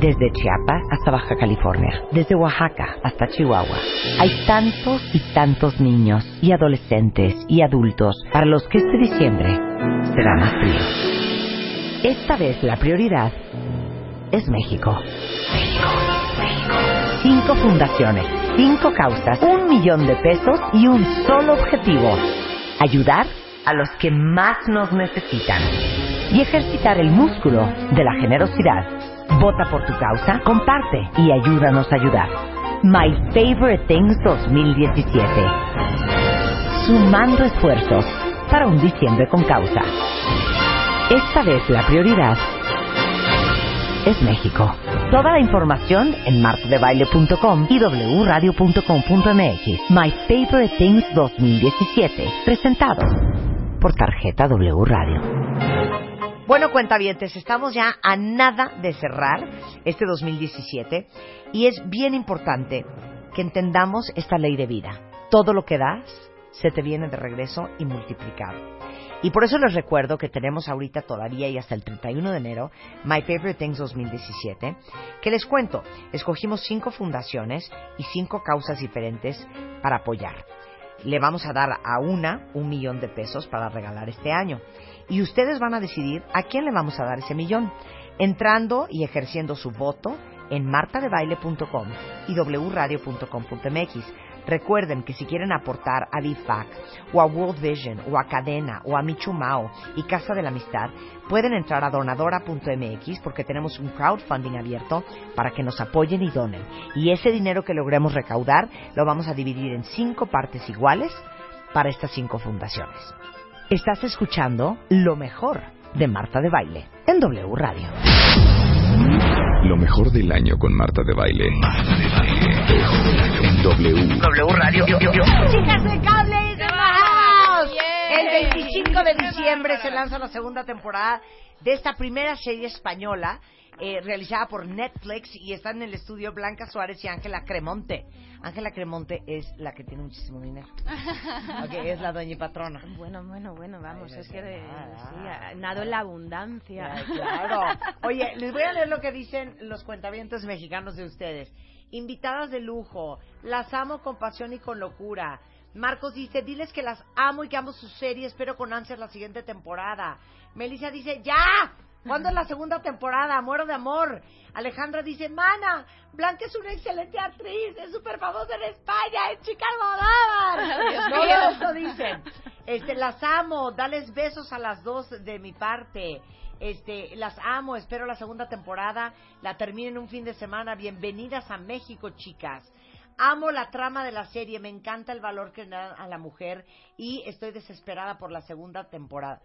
Desde Chiapas hasta Baja California, desde Oaxaca hasta Chihuahua. Hay tantos y tantos niños y adolescentes y adultos para los que este diciembre será más frío. Esta vez la prioridad es México. Cinco fundaciones, cinco causas, un millón de pesos y un solo objetivo. Ayudar a los que más nos necesitan y ejercitar el músculo de la generosidad. Vota por tu causa, comparte y ayúdanos a ayudar. My Favorite Things 2017. Sumando esfuerzos para un diciembre con causa. Esta vez la prioridad es México. Toda la información en martadebaile.com y wradio.com.mx. My Favorite Things 2017, presentado por tarjeta W Radio. Bueno, cuentavientes, estamos ya a nada de cerrar este 2017 y es bien importante que entendamos esta ley de vida. Todo lo que das se te viene de regreso y multiplicado. Y por eso les recuerdo que tenemos ahorita todavía y hasta el 31 de enero My Favorite Things 2017, que les cuento, escogimos cinco fundaciones y cinco causas diferentes para apoyar. Le vamos a dar a una un millón de pesos para regalar este año. Y ustedes van a decidir a quién le vamos a dar ese millón, entrando y ejerciendo su voto en martadebaile.com y wradio.com.mx. Recuerden que si quieren aportar a DIFAC o a World Vision o a Cadena o a Michumao y Casa de la Amistad, pueden entrar a donadora.mx porque tenemos un crowdfunding abierto para que nos apoyen y donen. Y ese dinero que logremos recaudar lo vamos a dividir en cinco partes iguales para estas cinco fundaciones. Estás escuchando lo mejor de Marta de Baile en W Radio. Lo mejor del año con Marta de Baile. Marta de Baile. En W. W Radio. Chicas de cable y demás. El 25 de diciembre se lanza la segunda temporada de esta primera serie española eh, realizada por Netflix y están en el estudio Blanca Suárez y Ángela Cremonte. Ángela Cremonte es la que tiene muchísimo dinero. Ok, es la dueña y patrona. Bueno, bueno, bueno, vamos, Ay, es no que sé de- nada. sí, ah, nado en la abundancia. Ay, Eh, Claro. Oye, les voy a leer lo que dicen los cuentavientes mexicanos de ustedes. Invitadas de lujo, las amo con pasión y con locura. Marcos dice, diles que las amo y que amo su serie, espero con ansias la siguiente temporada. Melissa dice, ya, ¿cuándo es la segunda temporada? Muero de amor. Alejandra dice, mana, Blanca es una excelente actriz, es súper famosa en España, es chica Almodóvar. Todo eso dicen. Este, las amo, dales besos a las dos de mi parte. Este, las amo, espero la segunda temporada la terminen un fin de semana. Bienvenidas a México, chicas. Amo la trama de la serie, me encanta el valor que le dan a la mujer y estoy desesperada por la segunda temporada.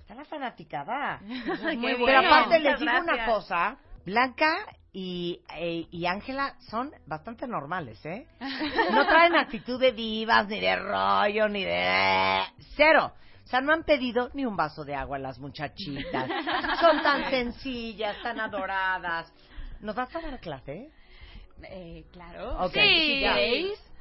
Está la fanaticada. Muy Pero bueno, aparte les muchas digo una gracias. cosa, Blanca y eh, y Ángela son bastante normales, ¿eh? No traen actitud de divas, ni de rollo, ni de... Cero. O sea, no han pedido ni un vaso de agua a las muchachitas. Son tan sencillas, tan adoradas. ¿Nos vas a dar clase? Eh, claro. Ok, Sí, ya.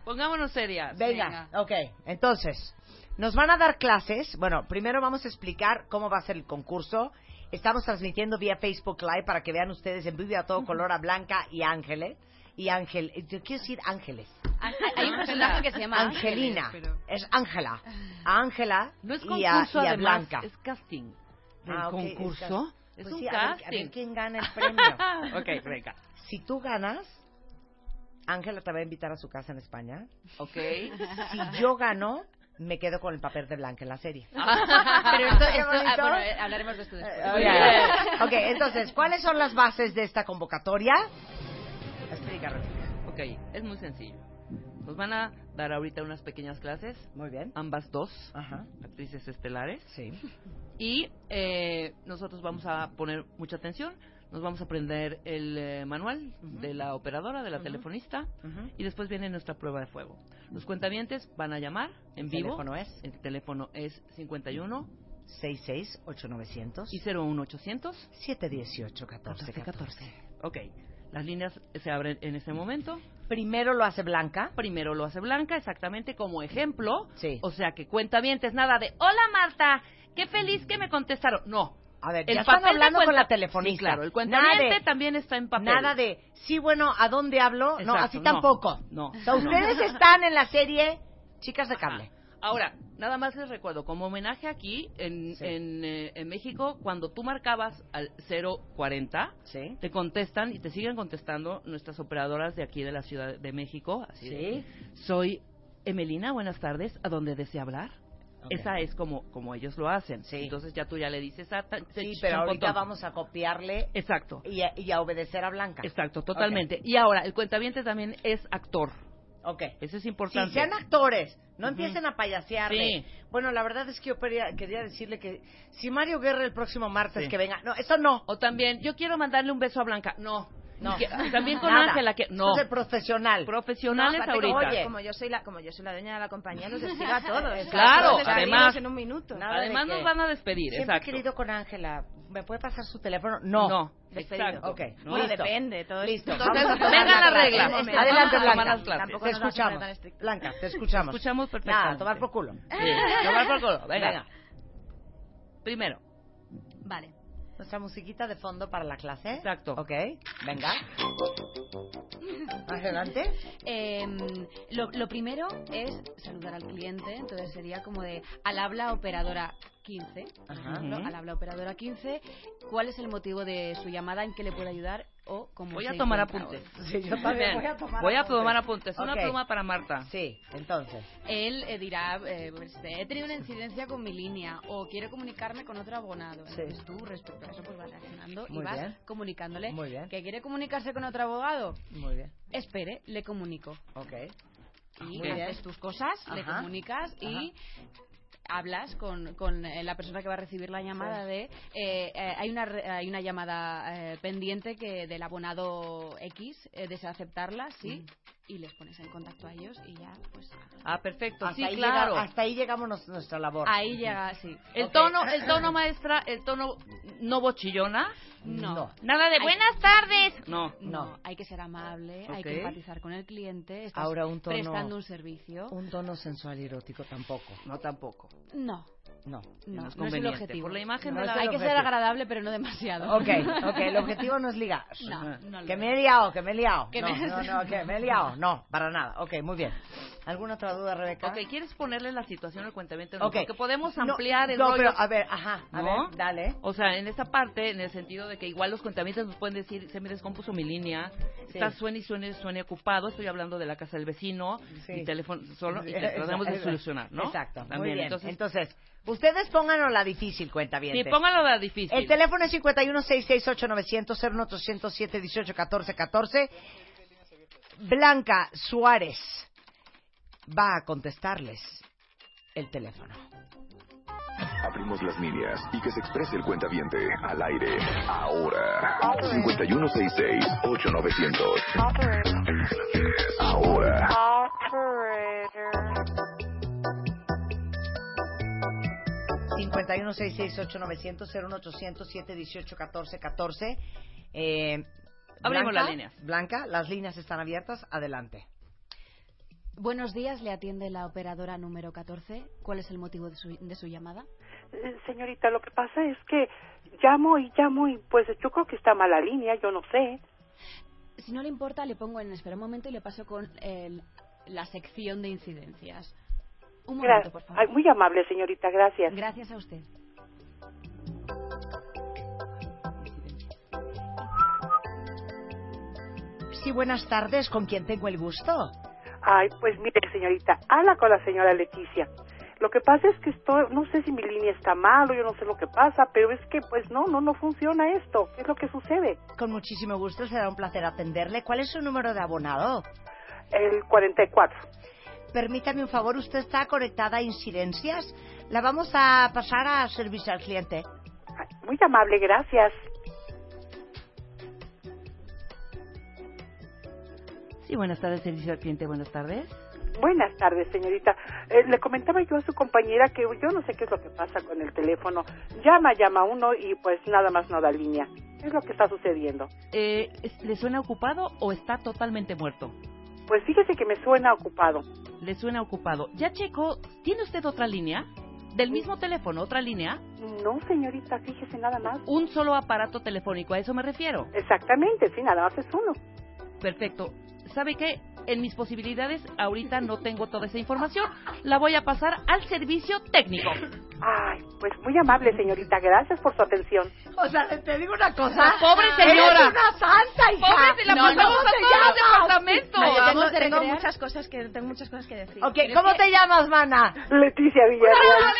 Pongámonos serias. Venga, ok. Entonces, nos van a dar clases. Bueno, primero vamos a explicar cómo va a ser el concurso. Estamos transmitiendo vía Facebook Live para que vean ustedes en vivo y a todo color a Blanca y Ángel. Y Ángel, eh, yo quiero decir Ángeles. Hay- Hay un personaje que se llama Angelina. Ángeles, pero- Es Ángela. A Ángela No es concurso, y a, y a además, Blanca. es casting. Ah, ¿El ok, es concurso? cas- Es Pues un sí, a ver- casting. a ver quién gana el premio. ok, venga. si tú ganas, Ángela te va a invitar a su casa en España. Ok. Si yo gano, me quedo con el papel de blanca en la serie. Ah, Pero esto, Qué esto- ah, bonito. bueno, eh, hablaremos de esto después. Eh, ya. Ok, entonces, ¿cuáles son las bases de esta convocatoria? Explícanos. Ok, es muy sencillo. Nos van a dar ahorita unas pequeñas clases, Muy bien. ambas dos, Ajá. actrices estelares. Sí. Y eh, nosotros vamos a poner mucha atención. Nos vamos a aprender el eh, manual de la operadora, de la telefonista. Ujú. Y después viene nuestra prueba de fuego. Los cuentavientes van a llamar en ¿El vivo. teléfono es? El teléfono es 51 668-900 y 01800. 718-1414. Ok, las líneas se abren en ese momento. Primero lo hace Blanca. Primero lo hace Blanca, exactamente como ejemplo. Sí. O sea que cuenta es nada de hola Marta, qué feliz que me contestaron. No. A ver, El ya están papel de hablando con cuenta- la telefonista. Sí, claro, el Nada cuentaviente de- también está en papel. Nada de, sí, bueno, ¿a dónde hablo? no, Exacto, así no, tampoco. no, O sea, no. ustedes están en la serie Chicas de Cable. Ahora, nada más les recuerdo, como homenaje aquí en, Sí. en, eh, en México, cuando tú marcabas al 040, Sí. te contestan y te siguen contestando nuestras operadoras de aquí de la Ciudad de México. Así de, Sí. Soy Emelina, buenas tardes, ¿a dónde desea hablar? Ok. Esa es como, como ellos lo hacen. Sí. Entonces ya tú ya le dices "Ah, a... ta- Sí, se- pero champotón. ahorita vamos a copiarle Exacto, y a, y a obedecer a Blanca. exacto, totalmente. Y ahora, el cuentaviente también es actor. Ok. Eso es Si importante. sean actores, no Ujú. empiecen a payasear. de, Sí. Bueno, la verdad es que yo quería, quería decirle que si Mario Guerra el próximo martes Sí. que venga. No, eso no. O también, yo quiero mandarle un beso a Blanca. No. No. Que- también con Nada. Ángela, que no. Eso es el profesional. Profesionales aparte, ahorita. Como, Oye. como yo soy la, como yo soy la dueña de la compañía, nos despliega a todos. Claro, Todos les además. abrimos En un minuto. Nada. de Además que- nos van a despedir, Siempre he exacto. querido con Ángela. ¿Me puede pasar su teléfono? No. No. Despedido. Exacto. Ok. No. Bueno, Listo. depende. Todo es- Listo. Entonces, Vamos a venga tomar las la regla. reglas. Momento. Adelante, Vamos a tomar Blanca. las clases. Tampoco Te nos vamos a poner escuchamos. tan estrictos. Blanca, te escuchamos. Te escuchamos perfectamente. Nada, a tomar por culo. Sí, tomar por culo. Venga. Venga. Primero, Vale. Nuestra musiquita de fondo para la clase. Exacto. Ok, venga. Adelante. Em, lo, lo primero es saludar al cliente, entonces sería como de al habla operadora 15, por Ajá. ejemplo, al habla operadora 15, cuál es el motivo de su llamada, en qué le puede ayudar o cómo voy se a tomar encuentra apuntes. hoy. Sí, yo también Bien. voy a tomar apuntes. Una Ok. pluma para Marta. Sí, entonces. Él eh, dirá, eh, pues, he tenido una incidencia con mi línea o quiero comunicarme con otro abonado. Sí. Entonces tú respecto a eso pues vas reaccionando Muy y vas bien. comunicándole Muy bien. que quiere comunicarse con otro abogado. Muy bien. Espere, le comunico. Ok. Pues y Muy haces bien. tus cosas, le Ajá. comunicas y hablas con, con, eh, la persona que va a recibir la llamada de eh, eh, hay una re- hay una llamada eh, pendiente que del abonado X eh, desea aceptarla, Mm. sí, y les pones en contacto a ellos y ya pues Ah, perfecto. Hasta, sí, ahí claro. llega- hasta ahí llegamos nos- nuestra labor. ahí llega sí. El Ok. tono, el tono maestra, el tono no bochillona. No. No. Nada de Ay. buenas tardes. No. No, No. hay que ser amable, hay Ok. que empatizar con el cliente, estás Ahora un tono- prestando un servicio. Un tono sensual y erótico tampoco. No tampoco. No, No. no, no es no es el conveniente. objetivo. Por la imagen No de es la... el hay que ser objetivo. agradable, pero no demasiado. Ok, ok, el objetivo no es ligar. No, no lo que es. me he liado, que me he liado. Que no, me- no, no, que me he liado. No, para nada. Ok, muy bien. ¿Alguna otra duda, Rebeca? Ok, ¿quieres ponerle la situación al cuentamiento? Ok. Porque podemos No, ampliar el No, rollo. pero a ver, ajá, a ¿No? ver, dale. O sea, en esta parte, en el sentido de que igual los cuentamientos nos pueden decir, se me descompuso mi línea, Sí. está suene y suene, suene ocupado, estoy hablando de la casa del vecino, Sí. y teléfono solo, y te tratamos de solucionar, ¿no? Exacto, También, muy bien. Entonces, Entonces, ustedes pónganos la difícil cuenta bien. sí, póngalo la difícil. El teléfono es 51 668 900 0807 18 14 14. Blanca Suárez va a contestarles el teléfono. Abrimos las líneas y que se exprese el cuentaviente al aire. Ahora. 5166-8900. Ahora. Operator. 51 668 900 0800 718 14 14. Eh, Abrimos Blanca, las líneas. Blanca, las líneas están abiertas. Adelante. Buenos días, le atiende la operadora número 14. ¿Cuál es el motivo de su, de su llamada? Eh, Señorita, lo que pasa es que llamo y llamo y pues yo creo que está mala línea, yo no sé. Si no le importa, le pongo en espera un momento y le paso con el- la sección de incidencias. Un momento, Gracias. por favor. Muy amable, señorita, gracias. Gracias a usted. Sí, buenas tardes. ¿Con quién tengo el gusto? Ay, pues mire, señorita, habla con la señora Leticia. Lo que pasa es que estoy, no sé si mi línea está mal o yo no sé lo que pasa, pero es que pues no, no, no funciona esto. ¿Qué es lo que sucede? Con muchísimo gusto, será un placer atenderle. ¿Cuál es su número de abonado? El 44. Permítame un favor, usted está conectada a incidencias. La vamos a pasar a servicio al cliente. Ay, muy amable, gracias. Sí, buenas tardes, servicio al cliente, buenas tardes. Buenas tardes, señorita. Eh, le comentaba yo a su compañera que yo no sé qué es lo que pasa con el teléfono. Llama, llama uno y pues nada más no da línea. ¿Qué es lo que está sucediendo? Eh, ¿Le suena ocupado o está totalmente muerto? Pues fíjese que me suena ocupado. Le suena ocupado. Ya checo, ¿tiene usted otra línea? ¿Del mismo teléfono, otra línea? No, señorita, fíjese nada más. Un solo aparato telefónico, a eso me refiero. Exactamente, sí, nada más es uno. Perfecto. ¿Sabe qué? en mis posibilidades, ahorita no tengo toda esa información. La voy a pasar al servicio técnico. Ay, pues muy amable, señorita. Gracias por su atención. O sea, te digo una cosa. Pues, pobre señora. Eres una santa, hija. Pobre, se la No, pasamos no, a te todos los llamas. departamentos. Ay, Vamos tengo, a tengo recrear. muchas cosas que, tengo muchas cosas que decir. Ok, ¿cómo te llamas, mana? Leticia Villarreal.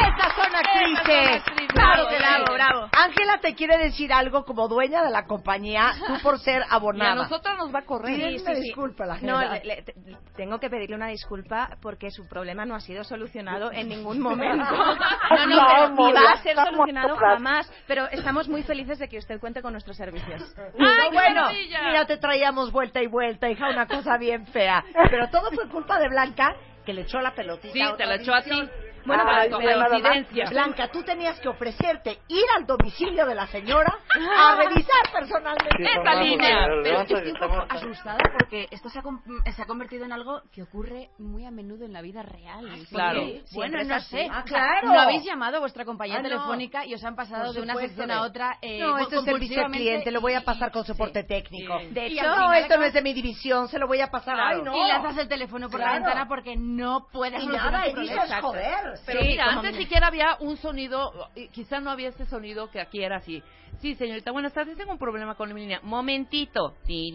Estas son actrices. actrices, Claro bravo, que sí. bravo, bravo. Ángela te quiere decir algo como dueña de la compañía, tú por ser Y a abonada. nosotros nos va a correr. Sí, sí, sí. disculpa, la No, general. le- le- te- tengo que pedirle una disculpa porque su problema no ha sido solucionado en ningún momento. No, No, no, no, ni Mola, va a ser estamos solucionado todas. jamás. Pero estamos muy felices de que usted cuente con nuestros servicios. Ay, Ay, qué bueno, maravilla. mira, te traíamos vuelta y vuelta, hija, una cosa bien fea. Pero todo fue culpa de Blanca, que le echó la pelotita. Sí, a otra te la echó a ti. audición. Bueno, Ay, para pero tu nada más. coincidencia. Blanca, tú tenías que ofrecerte ir al domicilio de la señora Ah. a revisar personalmente. Esa línea. Estoy un poco asustada porque esto se ha, com- se ha convertido en algo que ocurre muy a menudo en la vida Ah, real. ¿sí? claro. Bueno, Siempre es no así. sé. Ah, O sea, claro. No habéis llamado a vuestra compañía Ah, no. telefónica y os han pasado Por de una supuesto, sección de- a otra. eh, no, esto es servicio al compulsivamente cliente, lo voy y- a pasar con sí. soporte técnico. Sí. De Y hecho, al final esto no acabas- es de mi división, se lo voy a pasar. Claro. Ay, no. Y lanzas el teléfono por la Claro. ventana porque no puedes Y solucionar nada, tu y dices, problema. joder. Pero Sí, mira, como antes mi- siquiera había un sonido, y quizá no había este sonido que aquí era así. Sí, señorita, buenas tardes, tengo un problema con mi línea. Momentito. Sí,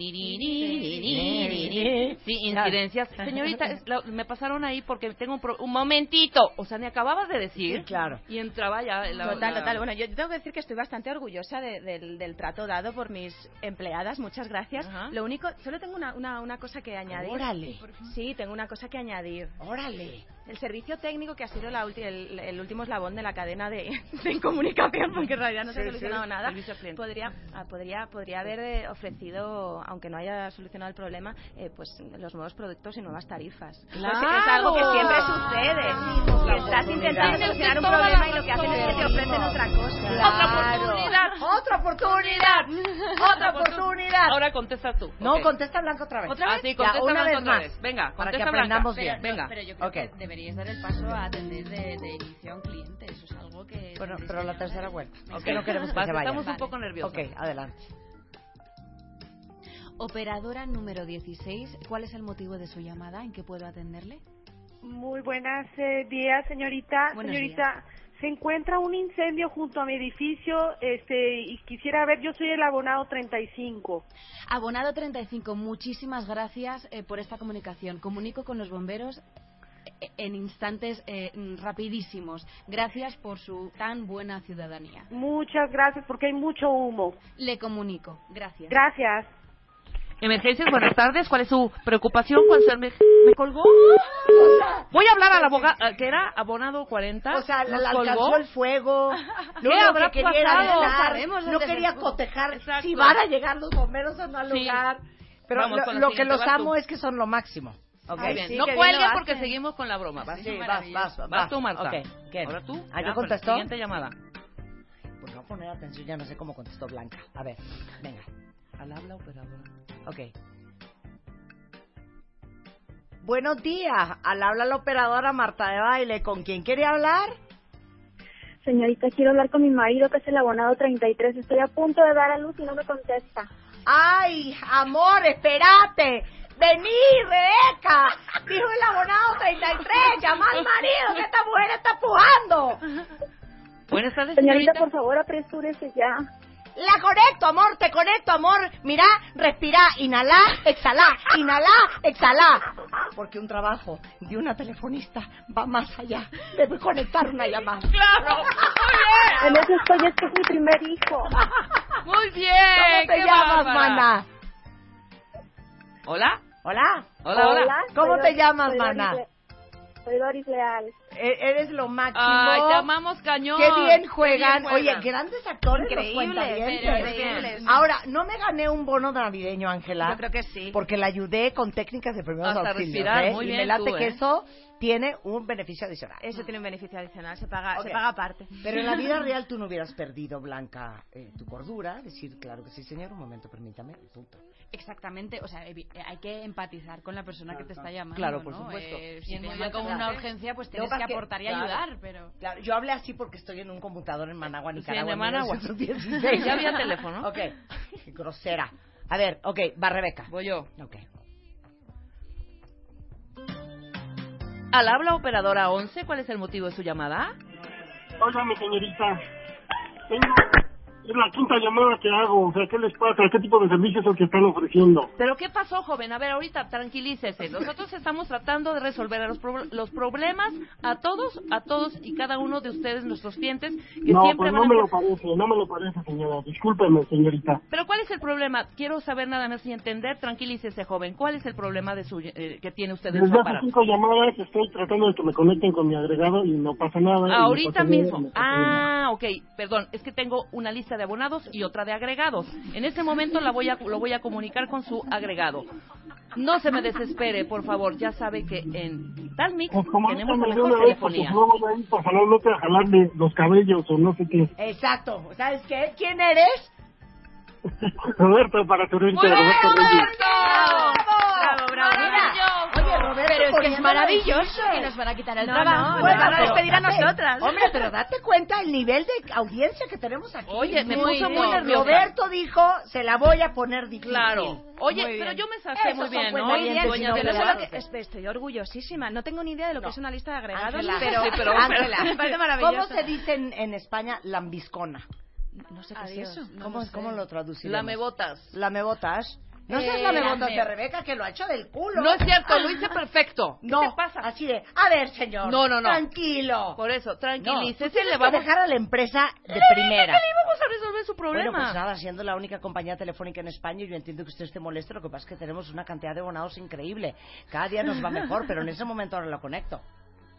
incidencias. Señorita, es la- me pasaron ahí porque tengo un, pro- un momentito. O sea, me acababas de decir. Sí, claro. Y entraba ya la... Total, la- total. Bueno, yo tengo que decir que estoy bastante orgullosa de- del, del trato dado por mis empleadas. Muchas gracias. Ajá. Lo único, solo tengo una, una, una cosa que añadir. Órale. Sí, tengo una cosa que añadir. Órale. El servicio técnico que ha sido la ulti- el, el último eslabón de la cadena de, de comunicación, porque en realidad no se ha Sí, solucionado sí, nada, servicio al cliente. podría, ah, podría, podría haber eh, ofrecido, aunque no haya solucionado el problema, eh, pues los nuevos productos y nuevas tarifas. Claro. Porque es algo que siempre sucede. que estás intentando Tiene solucionar un usted toda problema la y lo que hacen es que te razón. ofrecen otra cosa. Otra oportunidad. Otra oportunidad. Ahora contestas tú. No, Ok. contesta Blanca otra vez. ¿Otra vez? Ah, sí, Ya, contesta una Blanca vez otra más. vez. Venga, Para que contesta Blanca. aprendamos Pero, bien. Pero- venga. pero yo creo Ok. que deberíais dar el paso a atender de, de inicio a un cliente. Eso es algo que. Bueno, tendréis pero que la llamar. tercera vuelta. Es Ok. que no queremos que Vas, se vaya. Estamos un poco nerviosos. Ok, adelante. Operadora número 16, ¿cuál es el motivo de su llamada? ¿En qué puedo atenderle? Muy buenas eh, días, señorita. Buenos señorita, se encuentra un incendio junto a mi edificio, este, y quisiera ver, yo soy el abonado 35. Abonado 35, muchísimas gracias eh, por esta comunicación. Comunico con los bomberos eh, en instantes eh, mm, rapidísimos. Gracias por su tan buena ciudadanía. Muchas gracias porque hay mucho humo. Le comunico. Gracias. Gracias. Emergencias, buenas tardes. ¿Cuál es su preocupación? ¿Cuál es el me... me colgó? Voy a hablar al abogado, eh, que era abonado 40. O sea, la, nos la colgó. alcanzó el fuego. No ¿Qué lo habrá que quería pasado? era No avisar, sabemos no dónde se quería fue. cotejar Exacto. si van a llegar los bomberos o no al Sí. lugar. Pero Vamos lo, con la lo que siguiente, los vas tú. amo es que son lo máximo. Ok. Muy bien. sí, no qué bien cuelgue lo porque hacen. seguimos con la broma. Vas, Sí, vas, maravilloso. vas, vas. vas tú, Marta. Ok, ¿qué? Ahora tú. Ah, Ya, ¿ya contestó? Siguiente llamada. Por pues no poner atención, ya no sé cómo contestó Blanca. A ver, venga, Al habla operadora. ok. Buenos días, al habla la operadora Marta de Baile. ¿Con quién quiere hablar? Señorita, quiero hablar con mi marido que es el abonado 33. Estoy a punto de dar a luz y no me contesta. ¡Ay, amor, espérate! ¡Vení, Rebeca! Dijo el abonado 33, llama al marido que esta mujer está pujando. Buenas tardes, Señorita, señorita. por favor, apresúrese ya. La conecto, amor, te conecto, amor. Mira, respira, inhala, exhala, inhala, exhala. Porque un trabajo de una telefonista va más allá de conectar una llamada. ¡Claro! ¡Muy En eso estoy, este es mi primer hijo. bien! ¡Muy bien! ¿Cómo te Eh, ¡Qué llamas, bárbara! mana? ¿Hola? Hola. Hola, hola. ¿Cómo soy te Dor- llamas, soy Doris mana? Le- Soy Doris Leal. E- Eres lo máximo. Ay, te amamos cañón. Qué bien Qué juegan. bien Oye, juegan. grandes actores Increíbles, los cuentavientes. pero increíbles. Ahora, no me gané un bono navideño, Ángela. Yo creo que sí. Porque la ayudé con técnicas de primeros Hasta auxilios. respirar, ¿eh? muy y bien me late tú, que ¿eh? eso tiene un beneficio adicional. Eso tiene un beneficio adicional, se paga, Ok. se paga aparte. Pero en la vida real tú no hubieras perdido, Blanca, eh, tu cordura. Decir, claro que sí, señor, un momento, permítame. punto. Exactamente, o sea, evi- eh, hay que empatizar con la persona que te está llamando. Claro, por ¿no? supuesto. Eh, si Sí, te muy llaman bien, con una claro. urgencia, pues No, tienes para que que- aportar y claro. ayudar, pero. Claro, yo hablé así porque estoy en un computador en Managua, Nicaragua. en Managua. 1916. Ya había teléfono. Ok, grosera. A ver, ok, va Rebeca. Voy yo. Ok. Al habla operadora 11, ¿cuál es el motivo de su llamada? Oiga, mi señorita, tengo... Es la quinta llamada que hago, o sea, ¿qué les pasa? ¿Qué tipo de servicios es el que están ofreciendo? ¿Pero qué pasó, joven? A ver, ahorita tranquilícese. Nosotros estamos tratando de resolver a los, pro- los problemas a todos, a todos y cada uno de ustedes, nuestros clientes, que No, siempre pues no van me a... lo parece, no me lo parece, señora. Discúlpeme, señorita. Pero ¿cuál es el problema? Quiero saber nada más y entender. Tranquilícese, joven. ¿Cuál es el problema de su, eh, que tiene usted en su Desde hace aparato? cinco llamadas estoy tratando de que me conecten con mi agregado y no pasa nada. y me Ahorita pasa nada, y me mismo. pasa nada. Ah, ok. Perdón, es que tengo una lista de abonados y otra de agregados. En este momento la voy a, lo voy a comunicar con su agregado. No se me desespere, por favor. Ya sabe que en Talmix Pues como tenemos la me de pues, mejor una vez, porque telefonía. si no voy a ir para jalarme, a jalarme los cabellos o no sé qué. Exacto. ¿Sabes qué? ¿Quién eres? Roberto, para servirte, ¡Muy bien, Roberto Reyes. Roberto! ¡Bravo! bravo. Mira, Oye, Roberto, Pero es que es poniéndolo maravilloso difícil. que nos van a quitar el No, trabajo. no, Bueno, nos van a pero despedir a date- nosotras. Hombre, pero date cuenta el nivel de audiencia que tenemos aquí. Oye, me Muy puso muy bien. nerviosa. Roberto dijo, se la voy a poner difícil. Claro. Oye, Muy pero bien. yo me saqué Esos muy son bien, ¿no? cuentavientes, Bien, si dueña no, de Pero la eso es lo verdad. claro. que- espe- estoy orgullosísima. No tengo ni idea de lo No. que es una lista de agregados, Ángela, pero, sí, pero- Ángela, me parece maravilloso. ¿Cómo se dice en, en España lambiscona? No sé qué es eso. No ¿Cómo, lo sé. ¿Cómo lo traduciremos? La me botas. Lamebotas. No seas Eh, lamebotas lame- de Rebeca, que lo ha hecho del culo. No es cierto, lo hice perfecto. ¿Qué No, te pasa? así de, a ver, señor. No, no, no. Tranquilo. Por eso, No, tú tranquilícese, tienes le que vamos dejar a la empresa de Le dije primera. que le íbamos a resolver su problema. Bueno, pues nada, siendo la única compañía telefónica en España, yo entiendo que usted esté molesto, lo que pasa es que tenemos una cantidad de abonados increíble. Cada día nos va mejor, pero en ese momento ahora lo conecto.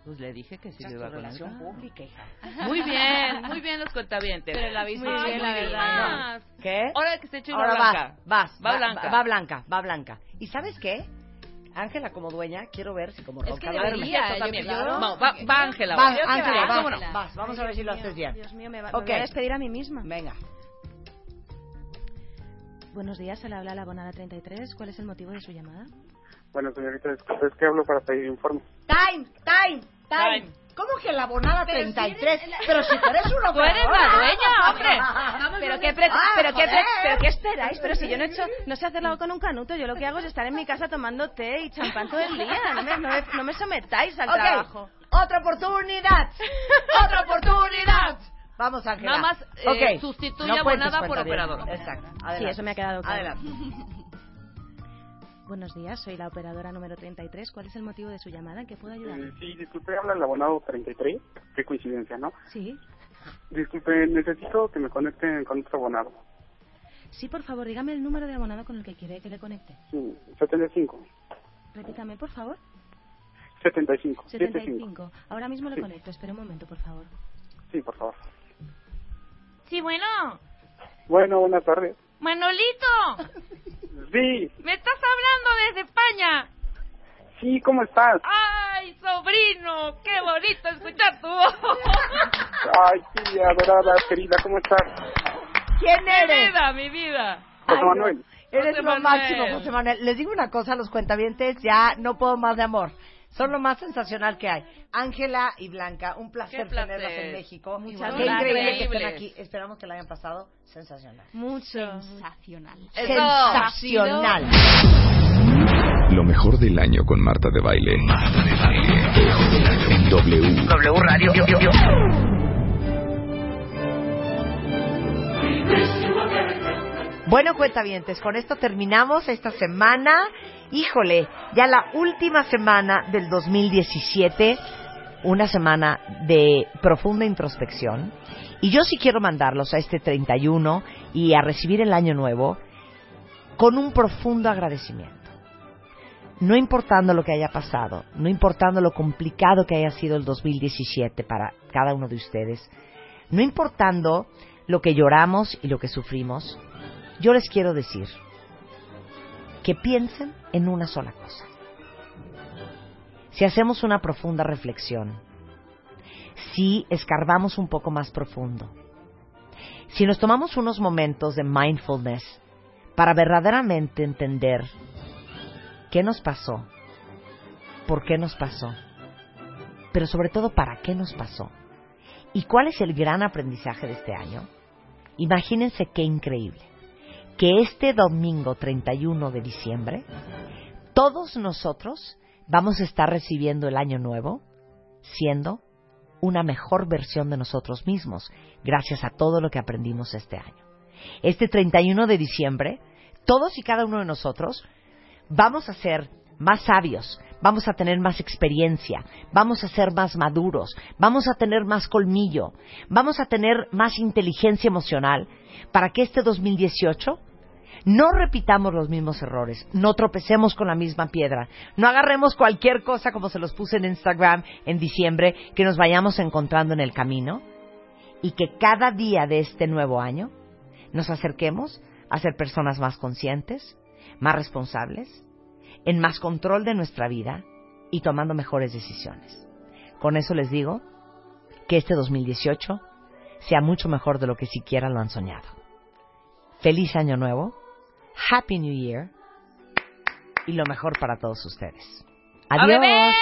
Pues le dije que sí Esa le es iba tu a relación conectar. pública, hija. Muy bien, muy bien los cuentavientes. Pero la viste Muy bien, la muy verdad. más. ¿Qué? Ahora que se eche una Ahora blanca. vas, vas, Va blanca. Va, blanca, va blanca. ¿Y sabes qué? Ángela, como dueña, quiero ver si como Es ronca que duerme. debería, Perfecto, yo también. creo. No, va, va Ángela. Vas, Creo que Ángela, va, vas, ¿cómo no? Ángela. vas, vamos a ver si lo haces bien. Dios mío, me, va, Ok. me voy a despedir a mí misma. Venga. Buenos días, se le habla la abonada 33. ¿Cuál es el motivo de su llamada? Bueno, señorita, disculpe, es que hablo para pedir informe. Time, time, time. Time. ¿Cómo que la abonada Pero si 33? eres la- Pero si tú eres una Tú eres la dueña, hombre. Pero qué, pre- Ah, pero, qué pre- joder. pero qué esperáis, pero si yo no he hecho, no sé hacerlo con un canuto, yo lo que hago es estar en mi casa tomando té y champán todo el día, no me, no me- no me sometáis al Ok, trabajo. Otra oportunidad. Otra oportunidad. Vamos, Ángela. Nada más, eh, Ok. sustituye No cuentes, abonada por cuenta bien. operadora. Exacto. Sí, Adelante. eso me ha quedado claro. Adelante. Buenos días, soy la operadora número 33. ¿Cuál es el motivo de su llamada? ¿En qué puedo ayudar? Eh, Sí, disculpe, habla el abonado 33. Qué coincidencia, ¿no? Sí. Disculpe, necesito que me conecten con otro abonado. Sí, por favor, dígame el número de abonado con el que quiere que le conecte. Sí, 75. Repítame, por favor. 75. 75. 75. Ahora mismo le conecto. Espera un momento, por favor. Sí, por favor. Sí, bueno. Bueno, buenas tardes. Manolito, Sí, me estás hablando desde España. sí, ¿cómo estás? Ay, sobrino, qué bonito escuchar tu voz. Ay, sí, adorada, querida, ¿cómo estás? ¿Quién Mi eres? vida, mi vida. José Ay, Manuel. no. Eres José lo Manuel. máximo, José Manuel. Les digo una cosa a los cuentavientes, ya no puedo más de amor. Son lo más sensacional que hay. Ángela y Blanca, un placer, Qué placer. tenerlas en México. Muchas Qué increíble que gracias. estén aquí. Esperamos que la hayan pasado sensacional. Mucho. Sensacional. Eso. Sensacional. Lo mejor del año con Marta de Baile. En W. W Radio. Wish you a Bueno, cuentavientes, con esto terminamos esta semana. Híjole, ya la última semana del 2017, una semana de profunda introspección. Y yo sí quiero mandarlos a este 31 y a recibir el año nuevo con un profundo agradecimiento. No importando lo que haya pasado, no importando lo complicado que haya sido el 2017 para cada uno de ustedes, no importando lo que lloramos y lo que sufrimos, yo les quiero decir que piensen en una sola cosa. Si hacemos una profunda reflexión, si escarbamos un poco más profundo, si nos tomamos unos momentos de mindfulness para verdaderamente entender qué nos pasó, por qué nos pasó, pero sobre todo para qué nos pasó y cuál es el gran aprendizaje de este año, imagínense qué increíble que este domingo 31 de diciembre, todos nosotros vamos a estar recibiendo el año nuevo siendo una mejor versión de nosotros mismos, gracias a todo lo que aprendimos este año. Este 31 de diciembre, todos y cada uno de nosotros vamos a ser más sabios, vamos a tener más experiencia, vamos a ser más maduros, vamos a tener más colmillo, vamos a tener más inteligencia emocional para que este 2018 no repitamos los mismos errores, no tropecemos con la misma piedra, no agarremos cualquier cosa como se los puse en Instagram en diciembre, que nos vayamos encontrando en el camino y que cada día de este nuevo año nos acerquemos a ser personas más conscientes, más responsables, en más control de nuestra vida y tomando mejores decisiones. Con eso les digo que este 2018 sea mucho mejor de lo que siquiera lo han soñado. Feliz año nuevo, Happy New Year y lo mejor para todos ustedes. Adiós.